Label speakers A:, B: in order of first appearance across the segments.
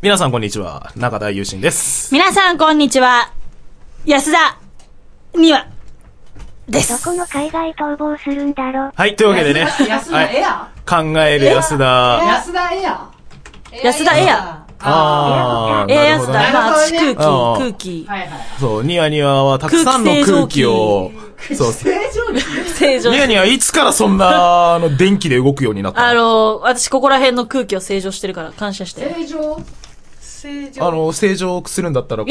A: 皆さんこんにちは。中田優心です。
B: 皆さん、こんにちは。安田、には、です。
C: どこの海外逃亡するんだろ
A: はい、というわけでね、
D: 安田エア
A: 考える安田。
D: 安田エア
B: 安田エア
A: あー、
B: ええ
A: なる
B: や
A: ほ
B: つ
A: ど
B: だ。
A: ね。
B: まあ、空気、
A: ああ
B: 空気。
D: はいはい。
A: そう、ニヤニヤはたくさんの空気を、そう、
D: 正常に
B: 正常
A: ニ。ヤニヤいつからそんな、あの、電気で動くようになったの
B: あの、私、ここら辺の空気を正常してるから、感謝して。
D: 正常正
A: あ
D: 常
A: の、正常するんだったら
B: いい、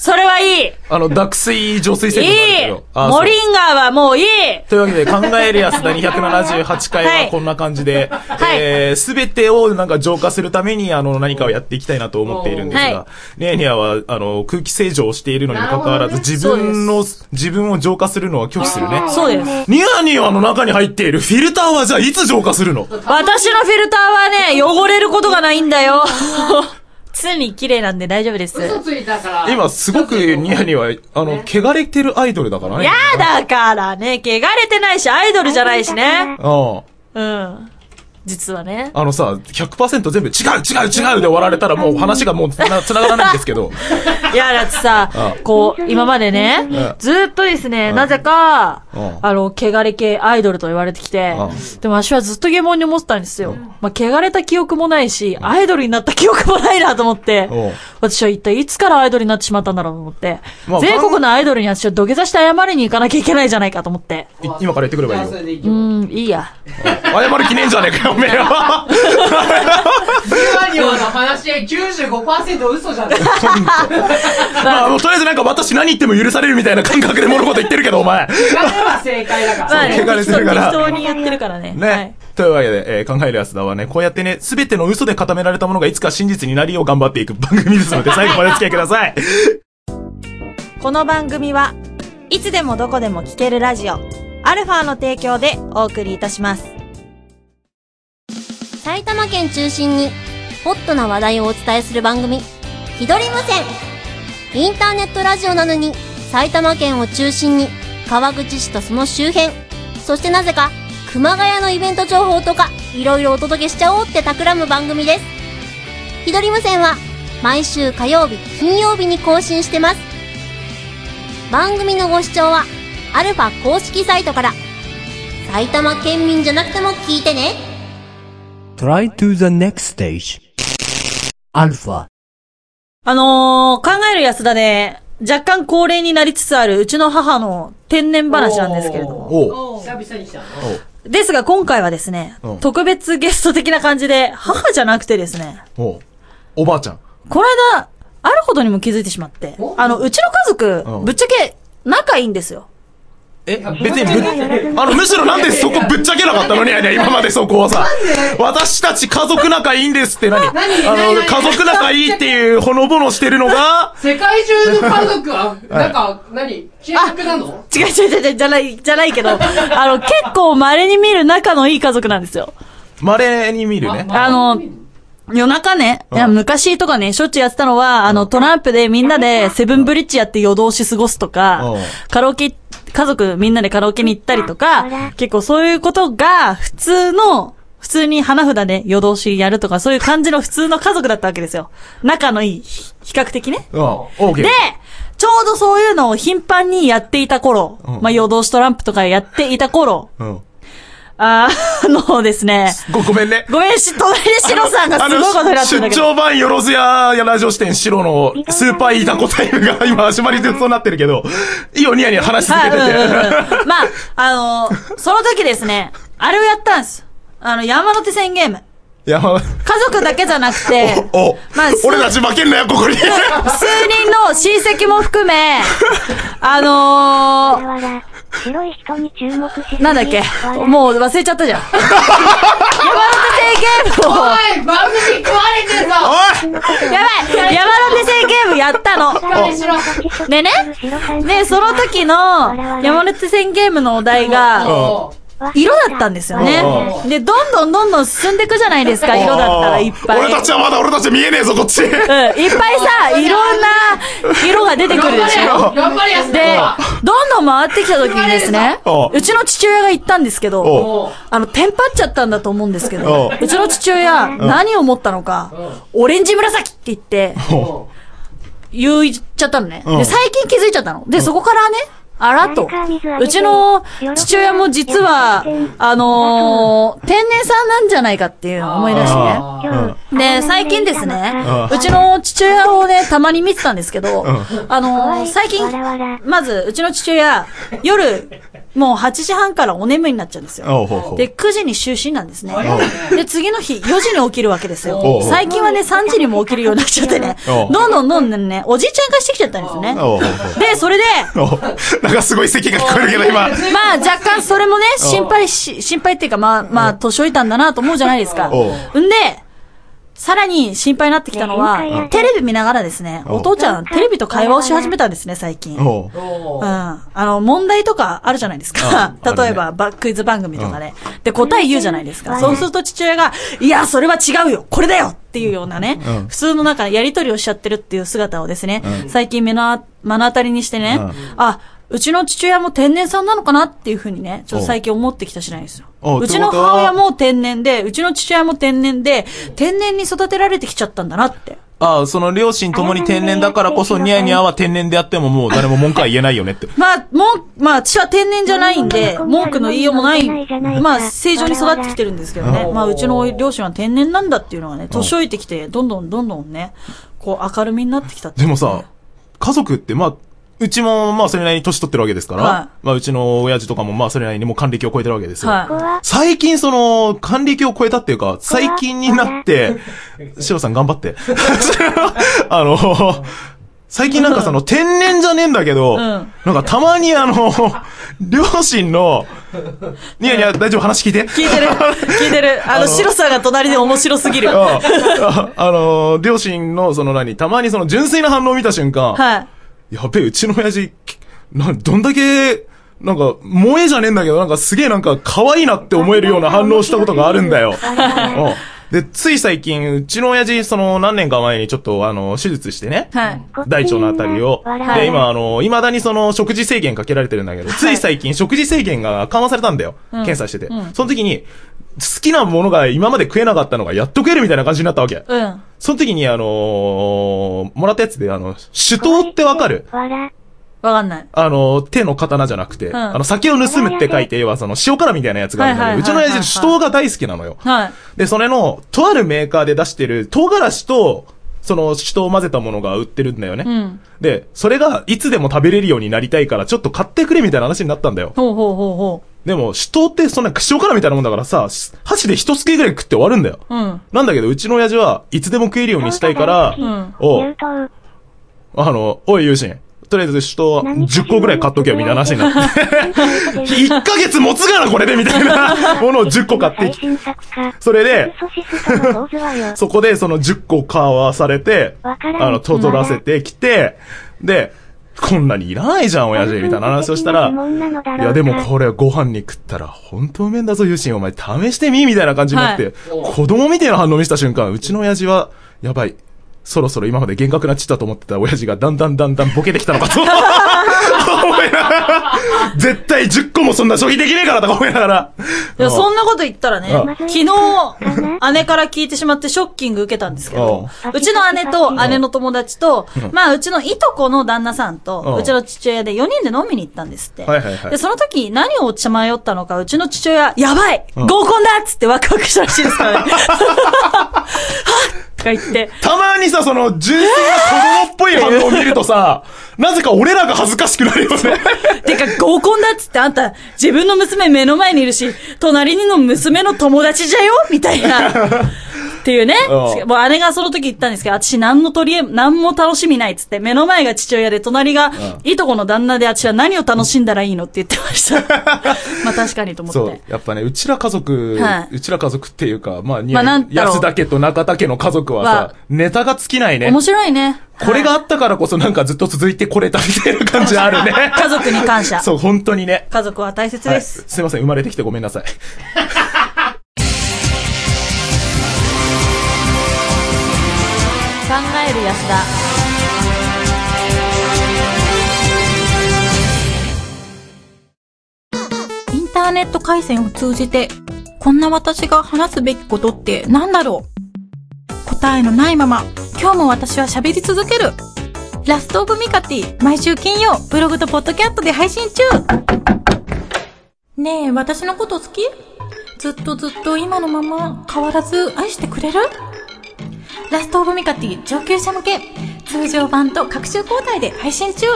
B: それはいいいい
A: あの、脱水浄水成分があるけど。あーそう
B: モリンガーはもういい
A: というわけで、考える安田278回はこんな感じで、
B: い
A: えー、すべてをなんか浄化するために、あの、何かをやっていきたいなと思っているんですが
B: は、
A: ネーニアは、あの、空気清浄をしているのにもかかわらず、
D: なるほどね
A: 自分の、自分を浄化するのは拒否するね
C: う。。
B: そうです。
A: ニヤニヤの中に入っているフィルターはじゃあいつ浄化するの
B: 私のフィルターはね、汚れることがないんだよ。 常に綺麗なんで大丈夫です。
D: 嘘ついたから。
A: 今すごくニヤニヤ、あの、汚れてるアイドルだからね。
B: やだからね、汚れてないし、アイドルじゃないしね。
A: うん。
B: うん。実はね。
A: あのさ、100%全部違う違う違うで終わられたらもう話がもうつな繋がらないんですけど。
B: いや、だってさ
A: あ、
B: こう、今まで
A: うん
B: ね、ずーっとですね、なぜか、
A: うん
B: あの、汚れ系アイドルと言われてきて
A: う、
B: でも私はずっと疑問に思ってたんですよ。まあ、汚れた記憶もないし、アイドルになった記憶もないなと思って
A: おう、
B: 私は一体いつからアイドルになってしまったんだろうと思って
A: まあ、
B: 全国のアイドルに私は土下座して謝りに行かなきゃいけないじゃないかと思って。
A: い今から言ってくればいいよ
D: そ。れでいうきま
B: ーん、いいや。
A: 謝る気ねえんじゃねえかよ、おめえは。
D: す。ニワニワの話95%嘘じゃ ない。
A: まあ、もうとりあえずなんか私何言っても許されるみたいな感覚で物事言ってるけど、お前。
D: 彼は正解だから。
B: まあね、
A: そう汚れてるから
B: 適当に言ってるからね。
A: ね。
B: はい。
A: というわけで、えー考えるやつだわね、こうやってね、すべての嘘で固められたものがいつか真実になりよう頑張っていく番組ですので、最後までお付き合いください。
E: この番組はいつでもどこでも聞けるラジオアルファの提供でお送りいたします
C: う埼玉県中心にホットな話題をお伝えする番組「ひどり無線」インターネットラジオなのに埼玉県を中心に川口市とその周辺そしてなぜか熊谷のイベント情報とかいろいろお届けしちゃおうって企む番組ですひどり無線は毎週火曜日金曜日に更新してます番組のご視聴はアルファ公式サイトから埼玉県民じゃなくても聞いてね
F: Try to the next stage. Alpha.
B: あのー、考える安田で、若干高齢になりつつあるうちの母の天然話なんですけれども。
A: おう
D: 久々に来たの。
B: ですが今回はですね
A: うん、
B: 特別ゲスト的な感じで、母じゃなくてですね、
A: おうおばあちゃん。
B: この間、あることにも気づいてしまって
D: お、
B: あの、うちの家
A: うん
B: 族、ぶっちゃけ仲いいんですよ。
A: え、別にぶ、あの、むしろなんでそこぶっちゃけなかったのにやね、今までそこはさ。私たち家族仲いいんですって何あの、家族仲いいっていうほのぼのしてるのが、
D: 世界中の家族は、なんか、何契約なの
B: 違う違う違う違う、じゃない、じゃないけど、あの、結構稀に見る仲のいい家族なんですよ。
A: 稀に見るね。
B: あの、夜中ね、いや昔とかね、しょっちゅうやってたのは、あの、トランプでみんなでセブンブリッジやって夜通し過ごすとか
A: うん、
B: カラオケ、家族みんなでカラオケに行ったりとか、結構そういうことが普通の、普通に花札で夜通しやるとか、そういう感じの普通の家族だったわけですよ。仲のいい、ひ比較的ね。
A: うん、オーケー
B: で。、ちょうどそういうのを頻繁にやっていた頃、
A: うん
B: まあ夜通しトランプとかやっていた頃、
A: うん。
B: あーあのですね、
A: ご、ごめんね。
B: ごめんし、隣でシロさんがすごいことになってんだ
A: 出
B: けど。
A: 張版よろずややラジオ支店白のスーパーイータコタイム が今始まりそうになってるけど、いいよニヤニヤ話し続
B: は
A: け
B: い、うん
A: て
B: うんうん。まあ、あのーその時ですね、あれをやったんです。あの、山手線ゲーム。
A: て。 山
B: 家族だけじゃなくて、
A: お、
B: まあ
A: 俺たち負けんなよ、こ こに。
B: 数人の親戚も含め、あの
C: わら、白い人に注目しす
B: ー、なんだっけ、もう忘れちゃったじゃん。山手線ゲームを、
D: おい番組食われてるぞ
A: おい
B: やばい山手線ゲームやったの。
D: 勘弁しろ
B: でね、で、その時の山手線ゲームのお題が、
D: お
B: 色だったんですよね
A: う。
B: で、どんどんどんどん進んでいくじゃないですか、色だったらいっぱい。
A: 俺たちはまだ俺たち見えねえぞ、こっち。
B: うん、いっぱいさ、いろんな色が出てくるでしょ。
D: 頑張れ安田
B: で
D: は、
B: どんどん回ってきた時にですね
A: お、う
B: うちの父親が言ったんですけど、
A: おう
B: あの、テンパっちゃったんだと思うんですけ
A: お
B: ど
A: う、
B: うちの父親、何を思ったのか、オレンジ紫って言って、
A: おう
B: 言っちゃったのね。
A: う
B: で、
A: ん
B: 最近気づいちゃったの。で、そこからね、あらと。うちの父親も実は、あのー天然さんなんじゃないかっていうのを思い出してね。
D: あ
A: うん
B: で、最近ですね
A: あ、ー
B: うちの父親をね、たまに見てたんですけど、
A: ん
B: あのー最近、まず、うちの父親、夜、もう8時半からお眠りになっちゃうんですよ。
A: おうほうほう
B: で、9時に就寝なんですね
A: おう。
B: で、次の日、4時に起きるわけです
A: お
B: よ
A: う。
B: 最近はね、3時にも起きるようになっちゃってね。
A: お
B: ど
A: うん
B: どんどんどんね、おじいちゃん化してきちゃったんですよね。
A: おうほう
B: で、それで、
A: ほうおうなんかすごい咳が聞こえるけど、今。
B: まあ若干それもね、心配し、心配っていうかまあ、まあ、年老いたんだなと思うじゃないですか。
A: お
B: んで、さらに心配になってきたのは、テレビ見ながらですね、
A: お
B: お父ちゃん、テレビと会話をし始めたんですね、最近。うん。
A: おう
D: おー
B: あの、問題とかあるじゃないですか。
A: うん
B: 例えば、ばクイズ番組とかで。で、答え言うじゃないですか。そうすると父親が、いや、それは違うよこれだよっていうようなね、
A: うん
B: 普通のなんかやりとりをしちゃってるっていう姿をですね、最近目のあ目の当たりにしてね、
A: うん
B: あ、うちの父親も天然さんなのかなっていうふうにね、ちょっと最近思ってきた次第ですよ。
A: おう
B: うちの
A: ってことは
B: 母親も天然で、うちの父親も天然で、天然に育てられてきちゃったんだなって。
A: ああ、その両親ともに天然だからこそ、ニヤニヤは天然であってももう誰も文句は言えないよねって。
B: まあ、もう、まあ、私は天然じゃないんで、文句の言いようもない、まあ、正常に育ってきてるんですけどね。まあ、うちの両親は天然なんだっていうのがね、年老いてきて、どんどんどんどんね、こう、明るみになってきたって
A: で
B: いう
A: もさ、家族って、まあ、うちも、まあ、それなりに年取ってるわけですから、
B: は
A: まあ、うちの親父とかも、まあ、それなりにもう還暦を超えてるわけですよ。
B: は
A: 最近、その、還暦を超えたっていうか、最近になって、 シロさん頑張って。 あの、最近なんかその、天然じゃねえんだけど、
B: ん
A: なんかたまにあの、両親の、いやいや、大丈夫、話聞いて。
B: い。聞いてる、 聞いてる。あの、白さんが隣で面白すぎる。は
A: あああの、両親の、その何、たまにその純粋な反応を見た瞬間、
B: い。
A: やべえ、うちの親父、きな、どんだけ、なんか、萌えじゃねえんだけど、なんかすげえなんか可愛いなって思えるような反応したことがあるんだよ。うんで、つい最近、うちの親父、その何年か前にちょっと、あの、手術してね。
B: はい。
A: 大腸のあたりを。
B: はい
A: で、今、あの、未だにその、食事制限かけられてるんだけど、つい最近、食事制限が緩和されたんだよ。検査してて。その時に、好きなものが今まで食えなかったのがやっと食えるみたいな感じになったわけ。
B: うん。
A: その時に、あのーもらったやつで、あの、手刀ってわかる
B: わかんない。
A: あの、手の刀じゃなくて、
B: ん
A: あの、酒を盗むって書いて、要はその、塩辛みたいなやつがあるんだけ
B: はい
A: ど、うちの
B: はいはいはい
A: 親父、手刀が大好きなのよ。
B: はい。
A: で、それの、とあるメーカーで出してる、唐辛子と、その、手刀を混ぜたものが売ってるんだよね。
B: うん。
A: で、それが、いつでも食べれるようになりたいから、ちょっと買ってくれみたいな話になったんだよ。
B: ほうほうほうほ
A: でも、手刀って、そんな、塩辛みたいなもんだからさ、箸で一すくいぐらい食って終わるんだよ。
B: う。うん。
A: なんだけど、うちの親父はいつでも食えるようにしたいから、
B: ん
A: おうあの、おい、友心。とりあえず、首都10個ぐらい買っとけよ、みたいな話にな って。1ヶ月持つがな、これで、みたいなものを10個買ってきて。それで、そこでその10個買わされて、あの、と取らせてきて、で、こんなにいらないじゃん、親父、みたいな話をしたら、いや、でもこれご飯に食ったら本当うめえんだぞ、友心、お前試してみ、みたいな感じになって、子供みたいな反応見せた瞬間、うちの親父は、やばい。そろそろ今まで厳格なちったと思ってた親父がだんだんだんだんボケてきたのか と。思いながら絶対10個もそんな消費できねえからとか思いながら。
B: いや、そんなこと言ったらね
A: あ、
B: 昨日、姉から聞いてしまってショッキング受けたんですけど、
A: あ
B: うちの姉と姉の友達と、まあ、うちのいとこの旦那さん
A: あ
B: と、うちの父親で4人で飲みに行ったんですって。
A: はいはいはい
B: で、その時何を血迷ったのか、うちの父親、やばい合コンだっつってワクワクしたらしいですから ね。はっとか言って。
A: たまにさ、その、純粋な子供っぽい反応を見ると さ、なぜか俺らが恥ずかしくなるよね。
B: てか、合コンだっつってあんた、自分の娘目の前にいるし、隣にの娘の友達じゃよみたいな。っていうね。
A: うん
B: もう姉がその時言ったんですけど、私何の取り柄、何も楽しみないっつって、目の前が父親で、隣がいとこの旦那で、私は何を楽しんだらいいのって言ってま した。まあ確かにと思って。
A: そう。やっぱね、うちら家族、
B: はいう
A: ちら家族っていうか、まあ、に
B: まあなんだろう
A: 安田家と中田家の家族は
B: は
A: さ、ネタが尽きないね
B: 面。白いね。
A: これがあったからこそなんかずっと続いてこれたみたいな感じあるね。
B: 家族に感 謝。
A: そう、本当にね。
B: 家族は大切
A: はい
B: です。
A: すいません、生まれてきてごめんなさい。
B: 考える安田。
G: インターネット回線を通じて、こんな私が話すべきことって何だろう答えのないまま、今日も私は喋り続けるラストオブミカティ、毎週金曜、ブログとポッドキャットで配信中ねえ、私のこと好きずっとずっと今のまま変わらず愛してくれるラストオブミカティ上級者向け、通常版と各週交代で配信中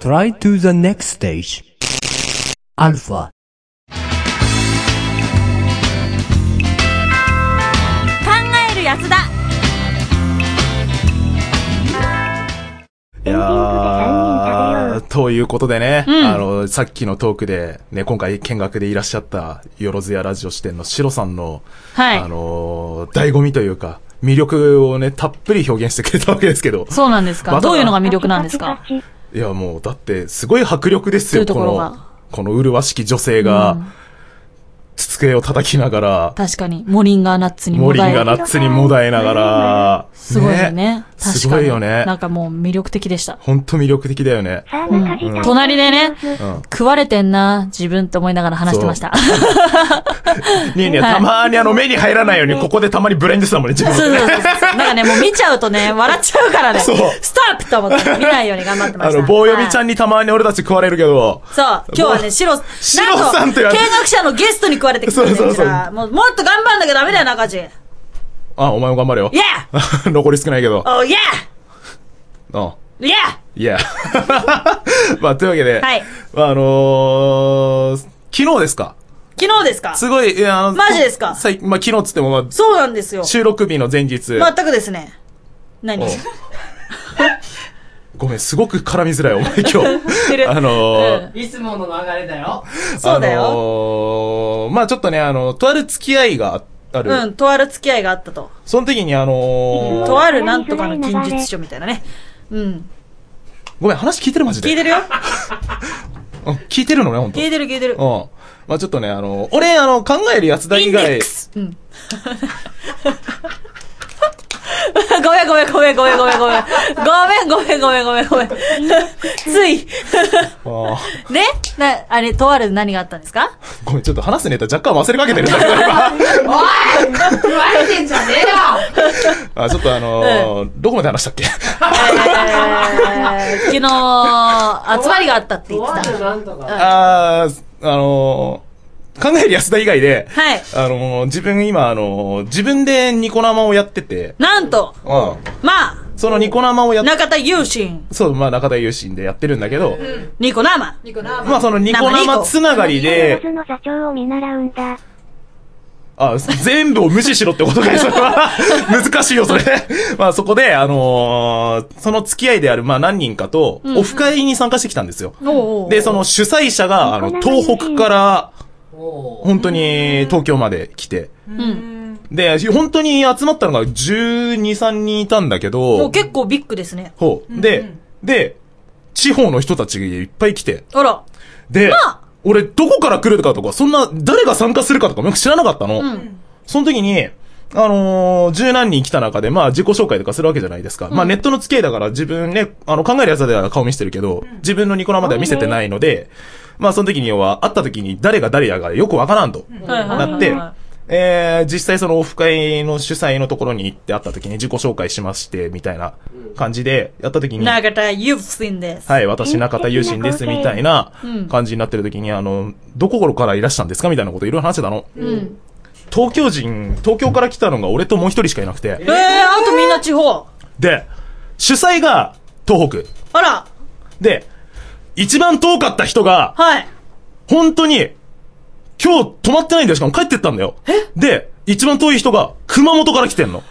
F: Try to the next stage. Alpha.
A: いやー、ということでね、あの、さっきのトークで、ね、今回見学でいらっしゃった、よろずやラジオ支店のシロさんの、
B: はい
A: あのー、醍醐味というか、魅力をね、たっぷり表現してくれたわけですけど、
B: そうなんです
A: ま
B: か。
A: あただ
B: どういうのが魅力なんですか
A: いや、もう、だって、すごい迫力です
B: そ
A: よ、
B: ういうと
A: こ
B: ころ
A: の
B: が、
A: この麗しき女性が、机を叩きながら、
B: 確かに。モリンガーナッツに
A: モ
B: も
A: リン
B: だえ
A: がナッツにもだえながら、
B: すごいよね。確かに。
A: すごいよね
B: なんかもう魅力的でした。
A: ほんと魅力的だよね。
B: うん隣でね、
A: ん
B: 食われてんな、自分って思いながら話してました。
A: ねえねえ、
B: はい
A: たまにあの目に入らないように、ここでたまにブレンドしたもんね、自
B: そう
A: 分
B: そう
A: で。
B: そうそう。なんかね、もう見ちゃうとね、笑っちゃうからね。
A: そう
B: ストップと思って見ないように頑張ってま
A: あ
B: した。
A: の、棒読みちゃ
B: はい
A: んにたまに俺たち食われるけど、
B: そう、今日はね、シロ、
A: シロさんとや
B: な
A: る
B: と見学者のゲストに食われてきたんだ
A: そうそうそう
B: もう、もっと頑張んなきゃダメだよ、中地。
A: あ、お前も頑張れよ。
B: Yeah!
A: 残り少ないけど。
B: お、いや
A: うん。
B: いや
A: いや。 まあ、というわけで、
B: はい
A: まあ、あのー、昨日ですか
B: 昨日ですか
A: すごい、いや、あの
B: マジですか
A: 最まあ、昨日っつっても、ま
B: そうなんですよ
A: あ、。収録日の前日。
B: 全くですね。何
A: おうごめん、すごく絡みづらい、お前 今
B: て
A: 日。
B: る
A: あのー、
D: いつもの流れだよ。
B: そうだ
A: あ
B: よ
A: のーまあちょっとね、あの、とある付き合いがある。
B: うん、とある付き合いがあったと。
A: その時にあのー
B: とあるなんとかの近日書みたいなね。うん。
A: ごめん、話聞いてるマジで。
B: 聞いて るよ。
A: うん聞いてるのね、ほんと。
B: 聞いてる聞いてる。
A: うん。まあちょっとね、あの、俺、あの、考えるやつだ以外、
B: ごめんごめんごめんごめんごめんごめん。ごめんごめんごめんごめんご めん。つい。
A: あ
B: ねな、あれ、とある何があったんですか
A: ーごめん、ちょっと話すネタ若干忘れかけてるんだけど、今
D: おい食われてんじゃねえよ
A: あ、ちょっとあのーどこまで話したっ け
B: えー、昨日、集まりがあったって言
D: と
B: っ
D: あ
B: て
D: る
B: た。
D: なんとか。
A: あー、あのー考えるやつだ以外で、
B: はい。
A: あのー自分今、あのー自分でニコ生をやってて、
B: なんと、
A: う
B: まあ、
A: ん。そのニコ生をやっ
B: 中田雄心、
A: そう、まあ中田優心でやってるんだけど、
B: ニコ生。
D: ニコな、
A: まあそのニコ生つながりで、
H: の座長を見習うんだ。
A: あ、全部を無視しろってことか よ、それは。難しいよ、それ。まあそこで、あのーその付き合いである、まあ何人かと、オフ会に参加してきたんですよ。
B: おうおう
A: で、その主催者が、あの、東北から、
D: お
A: 本当に東京まで来て。で、本当に集まったのが12、3人いたんだけ
B: もう
A: ど、
B: 結構ビッグですね。
A: ほう。で、で、地方の人たちがいっぱい来て、
B: あら。
A: で、俺どこから来るかとか、そんな、誰が参加するかとかもよく知らなかったの。その時に、あのー十何人来た中で、まあ自己紹介とかするわけじゃないですか。まあネットの付き合いだから自分ね、あの考えるやつでは顔見せてるけど、自分のニコ生では見せてないので、まあその時には、会った時に誰が誰やがよくわからんと。
B: はいはいはいはい
A: なって、えー、実際そのオフ会の主催のところに行って会った時に自己紹介しまして、みたいな感じで、やった時に、
B: 中田雄心です。
A: はい、私中田友心です、みたいな感じになってる時に、あの、どこからいらしたんですかみたいなこといろいろ話してたの。東京人、東京から来たのが俺ともう一人しかいなくて
B: え。ー、あとみんな地方。
A: で、主催が東北。
B: あら。
A: で、一番遠かった人が、
B: はい。
A: 本当に、今日泊まってないんだよ、しかも帰ってったんだよ。で、一番遠い人が熊本から来てんの。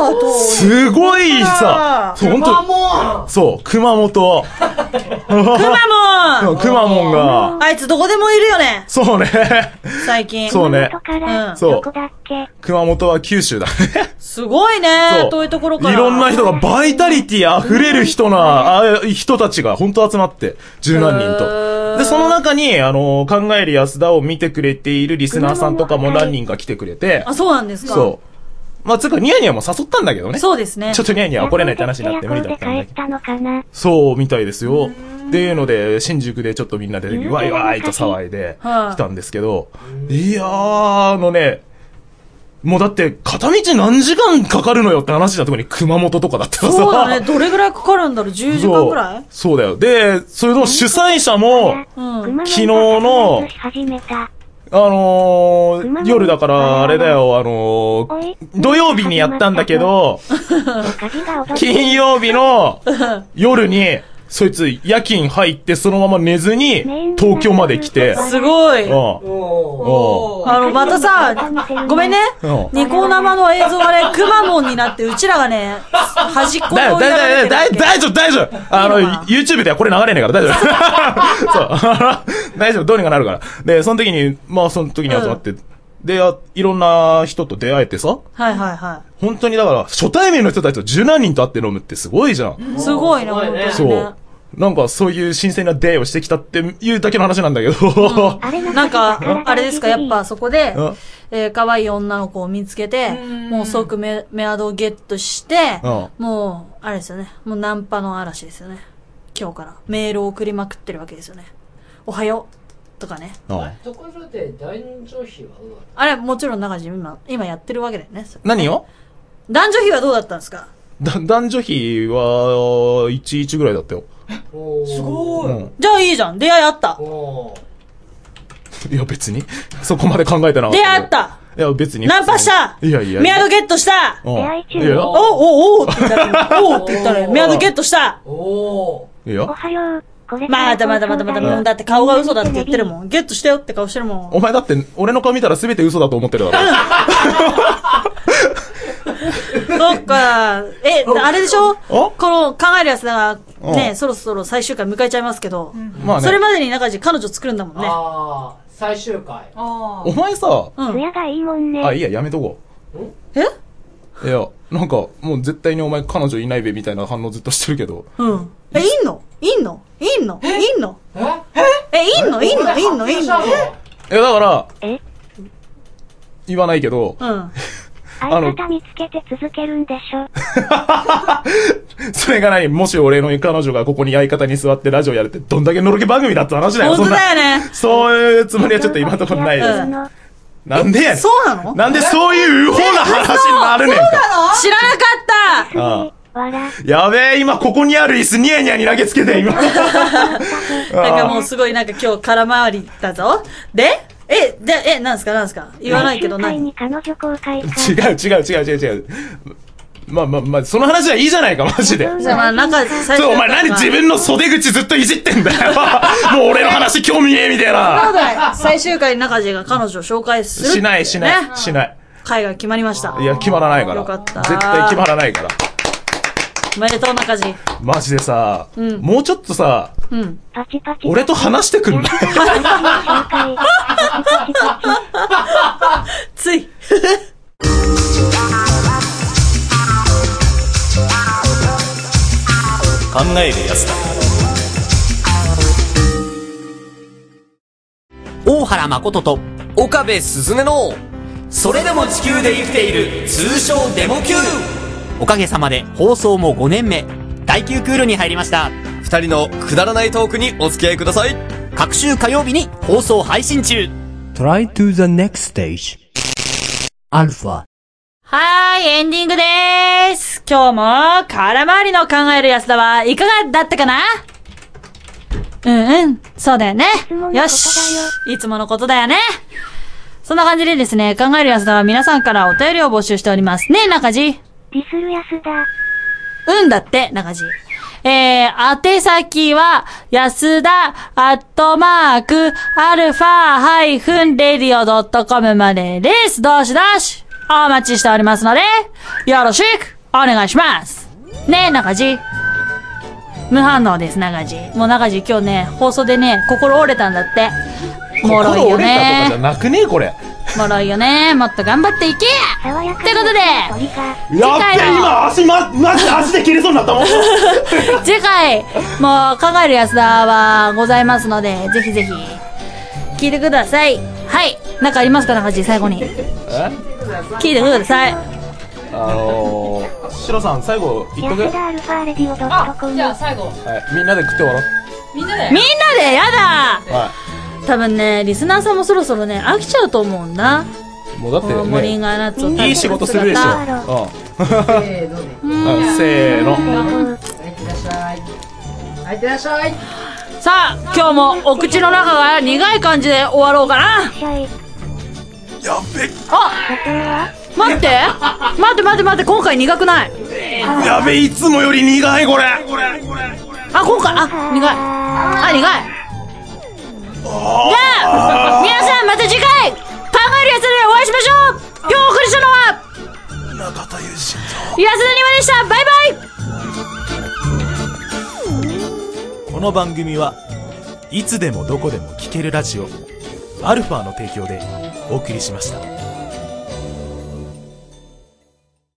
I: あと、
A: すごいさ、そう、本当
D: 熊
A: に
D: も
A: そう、熊本。
B: マモン
A: くまモンが、
B: あいつどこでもいるよね
A: そうね。
B: 最近。
A: そうね。
H: 外か
B: うん
H: ら、
A: そう
H: どこだっけ
A: 熊本は九 州だね。
B: すごいね
A: そう
B: 遠いところから。
A: いろんな人がバイタリティ溢れる人な、あ人たちが本当集まって、十何人
B: へー
A: と。で、その中に、あの、考える安田を見てくれているリスナーさんとかも何人か来てくれて、
B: あ、そうなんですか
A: そう。まあ、つうか、ニヤニヤも誘ったんだけどね。
B: そうですね
A: ちょ。っとニヤニヤは来れないって話になって無理だったんだけ
H: 夜行で帰っ
A: ど。
H: たのかな
A: そう、みたいですよ。っていうので、新宿でちょっとみんなで、わいわいと騒いで、
B: はい
A: 来たんですけど、いやー、あのね、もうだって、片道何時間かかるのよって話したところに熊本とかだったらさ。
B: そうだね。どれぐらいかかるんだろう ?10 時間くらい
A: そうそうだよ。で、それの主催者も、
B: うん
H: 熊本
A: 昨日の
H: が始めた
A: あのー、夜だから、あれだよ、あの
H: お
A: ー
H: い、
A: 土曜日にやったんだけど、
H: 火事が起き
A: 金曜日の夜に、そいつ夜勤入ってそのまま寝ずに、東京まで来て、
B: すごい。
A: うん
D: おー
B: あの、またさ、ごめんね。
A: うん
B: ニコ生の映像が ね、くまモンになって、うちらがね、端っこ
A: だよ、
B: の
A: だ
B: やられ
A: よ、
B: てる
A: だ
B: わ
A: よ、
B: け
A: 大丈夫、大丈夫。あの、YouTube ではこれ流れねえから、大丈 夫。そうあの。大丈夫、どうにかなるから。で、その時に、まあ、その時に集まって、で、あいろんな人と出会えてさ、
B: はいはいは
A: 本当にだから、初対面の人たちと十何人と会って飲むってすごいじゃん。
B: い。すごいね、
D: すごいね
B: 本当
A: そ
B: にね
A: う。。なんか、そういう新鮮な出会いをしてきたっていうだけの話なんだけど。
H: あれの
B: なんか、あれですか、やっぱそこで
A: うん、
B: えー可愛い女の子を見つけて、もう即メメアドをゲットして
A: うん、
B: もう、あれですよね、もうナンパの嵐ですよね。今日から。メールを送りまくってるわけですよね。おはよう。とかね。
A: うん
J: ところで男女比はどうだっ
B: あれ、もちろん中地、今、今やってるわけだよね。それ
A: 何を
B: 男女比はどうだったんですか
A: だ男女比は、11ぐらいだったよ。
J: たおー
D: すご
A: う
D: い。
A: ん。
B: じゃあいいじゃん。出会いあった。
J: おー
A: いや、別に。そこまで考えてなかったけど。
B: 出会った
A: いや、別に。
B: ナンパした
A: いやいやいや。
B: メアドゲットした
A: うん
H: 出会い中
A: いや
B: おおおおって言った ら、おおって言ったら、メアドゲットした
D: おー。
A: い
H: お
A: や。
H: はようこれから
B: まだまだまだまだまだ。だって顔が嘘だって言ってるもん。ゲットしてよって顔してるもん。
A: お前だって、俺の顔見たら全て嘘だと思ってるだろ。
B: そっか。え、あれでしょ
A: お
B: この考えるやつだが、
A: う
B: ね、
A: ん
B: そろそろ最終回迎えちゃいますけど、
A: まあ
B: それ
A: ね。
B: までに中地彼女作るんだもんね。
J: ああ、最終回。
D: あ
A: お前さ、
B: う
H: ツ
B: ん。
H: ヤがいいもんね
A: あ、いいや、やめとこ
B: え
A: う。いや、なんか、もう絶対にお前彼女いないべみたいな反応ずっとしてるけど。
B: うん。え、いんのいんのいんのいんの
J: え
B: え、いんのいんのいんのいんの
A: え、だから、
H: え
A: 言わないけど、
B: うん。
A: あの
H: 相方見つけて続けるんでし ょ
A: それが何もし俺の彼女がここに相方に座ってラジオやるってどんだけのろけ番組だって話だよ、そ
B: 本当
A: んな。
B: だよね。
A: そういうつもりはちょっと今のところないです。
B: うん
A: なんでやね
B: そうなの
A: ん。なんでそういううほな話になるねんか。
B: 知らなかった
A: ああ
H: わら
A: やべえ、今ここにある椅子ニヤニヤに投げつけて、 今。
B: なんかもうすごいなんか今日空回りだぞ。でえ、で、え、なんすかなんすか言わないけど
H: 最終回
B: 何
H: に彼女公開か
A: 違う違う違う違う違う。まあまあまあ、その話はいいじゃないか、マジで。
B: じゃあまあなんか最
A: ちょ
B: 初
A: お前何自分の袖口ずっといじってんだ よ。もう俺の話興味ねえみたい
B: そう
A: な。
B: だよ最終回に中地が彼女を紹介する。
A: しないしない、
B: ね
A: しない。
B: 会が決まりました。
A: いや、決まらないから。
B: よかった
A: 絶対決まらないから。
B: おめでとう中地。
A: マジでさ、
B: ん
A: もうちょっとさ、
B: うん。
H: パチパチ
A: 俺と話してくんない
H: 紹介パチパチ パチ
B: つい。
A: 考えるやつだ。
K: 大原誠と岡部鈴音のそれでも地球で生きている通称デモ級おかげさまで放送も5年目第9クールに入りました
J: 二人のくだらないトークにお付き合いください。
K: 各週火曜日に放送配信中
F: Try to the next stage. Alpha.
B: はーい、エンディングでーす。今日も、空回りの考える安田はいかがだったかなうんうん、そうだよね
H: つもの。ことだよ
B: よし、いつものことだよね。そんな感じでですね、考える安田は皆さんからお便りを募集しております。ねえ、中地。
H: リスル安だ
B: うんだって、中地。えー、宛先は、安田、アットマーク、アルファ、ハイフン、レディオドットコムまでです。どしどし、お待ちしておりますので、よろしく、お願いします。ねえ、中地。無反応です、中地。もう中地今日ね、放送でね、心折れたんだって。 もろい
A: 心
B: よね。
A: 折れたとかじゃなくねこれ。
B: もろいよね。もっと頑張っていけやってことで、次
A: やっ
B: 回
A: べ、
B: の、
A: 今足ま、マジで足で切れそうになった もん。
B: 次回、もう考える安田はございますので、ぜひぜひ、聞いてください。はい。なんかありますか、中地、最後に。
A: え
B: 聞いてください。
A: あのー、シロさん、最後、言っとくは
H: アルファレディオド
D: あ、じゃあ最後。
A: い、みんなで食って終わろう。
D: みんなで。
B: みんなでやだ
A: は
B: 多分ね、リスナーさんもそろそろね、飽きちゃうと思うんだ。
A: い。もうだって
B: このモリンガーナッツを食べて
A: ね、
B: る
A: いい仕事するでしょ。
B: 姿
A: うんうん。 せーの。
D: はい、いってらっしゃい。はい、いってらっしゃい。
B: さあ、今日もお口の中が苦い感じで終わろうかな。
A: やべ
B: あ待って待って待って待って、今回苦くない。
A: やべ、いつもより苦い、これ。
B: あ、今回、あ、苦い。あ、苦い。じゃあ、皆さんまた次回、考えるやつでお会いしましょう今日お送りしたのは、安田にまでしたバイバイ
L: この番組はいつでもどこでも聴けるラジオアルファの提供でお送りしました。